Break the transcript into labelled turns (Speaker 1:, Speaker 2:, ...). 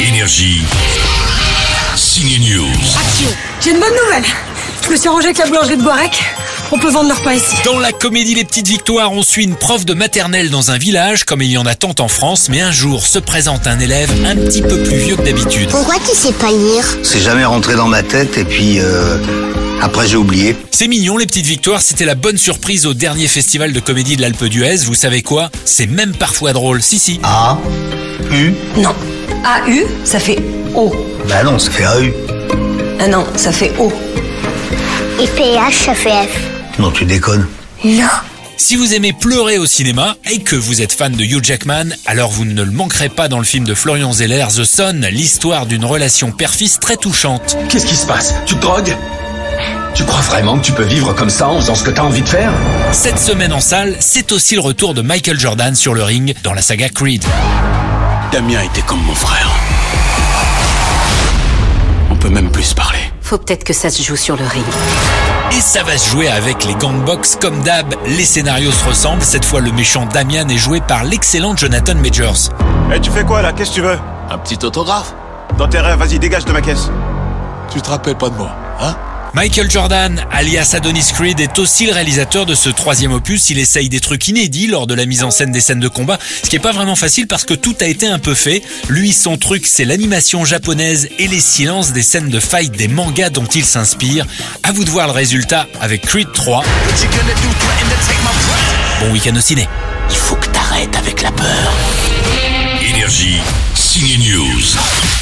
Speaker 1: Énergie. Signe News.
Speaker 2: J'ai une bonne nouvelle. Je me suis arrangé avec la boulangerie de Boirec. On peut vendre leur pain ici.
Speaker 3: Dans la comédie Les Petites Victoires, on suit une prof de maternelle dans un village, comme il y en a tant en France, mais un jour se présente un élève un petit peu plus vieux que d'habitude.
Speaker 4: Pourquoi tu sais pas lire
Speaker 5: C'est jamais rentré dans ma tête et puis euh, après j'ai oublié.
Speaker 3: C'est mignon, Les Petites Victoires, c'était la bonne surprise au dernier festival de comédie de l'Alpe d'Huez. Vous savez quoi C'est même parfois drôle, si si.
Speaker 5: A, U,
Speaker 6: Non. AU, ça fait O.
Speaker 5: bah non, ça fait AU.
Speaker 6: Ah non, ça fait O.
Speaker 4: Et PH, ça fait F.
Speaker 5: Non, tu déconnes.
Speaker 4: Non.
Speaker 3: Si vous aimez pleurer au cinéma et que vous êtes fan de Hugh Jackman, alors vous ne le manquerez pas dans le film de Florian Zeller, The Son, l'histoire d'une relation père-fils très touchante.
Speaker 7: Qu'est-ce qui se passe Tu te drogues Tu crois vraiment que tu peux vivre comme ça en faisant ce que t'as envie de faire
Speaker 3: Cette semaine en salle, c'est aussi le retour de Michael Jordan sur le ring dans la saga Creed.
Speaker 1: Damien était comme mon frère. On peut même plus se parler.
Speaker 8: Faut peut-être que ça se joue sur le ring.
Speaker 3: Et ça va se jouer avec les gangbox comme d'hab. Les scénarios se ressemblent. Cette fois, le méchant Damian est joué par l'excellent Jonathan Majors.
Speaker 9: Eh, tu fais quoi là Qu'est-ce que tu veux
Speaker 1: Un petit autographe
Speaker 9: Dans tes rêves, vas-y, dégage de ma caisse.
Speaker 1: Tu te rappelles pas de moi, hein
Speaker 3: Michael Jordan, alias Adonis Creed, est aussi le réalisateur de ce troisième opus. Il essaye des trucs inédits lors de la mise en scène des scènes de combat, ce qui est pas vraiment facile parce que tout a été un peu fait. Lui, son truc, c'est l'animation japonaise et les silences des scènes de fight des mangas dont il s'inspire. À vous de voir le résultat avec Creed 3. Bon week-end au ciné.
Speaker 1: Il faut que t'arrêtes avec la peur. Énergie. Signe News.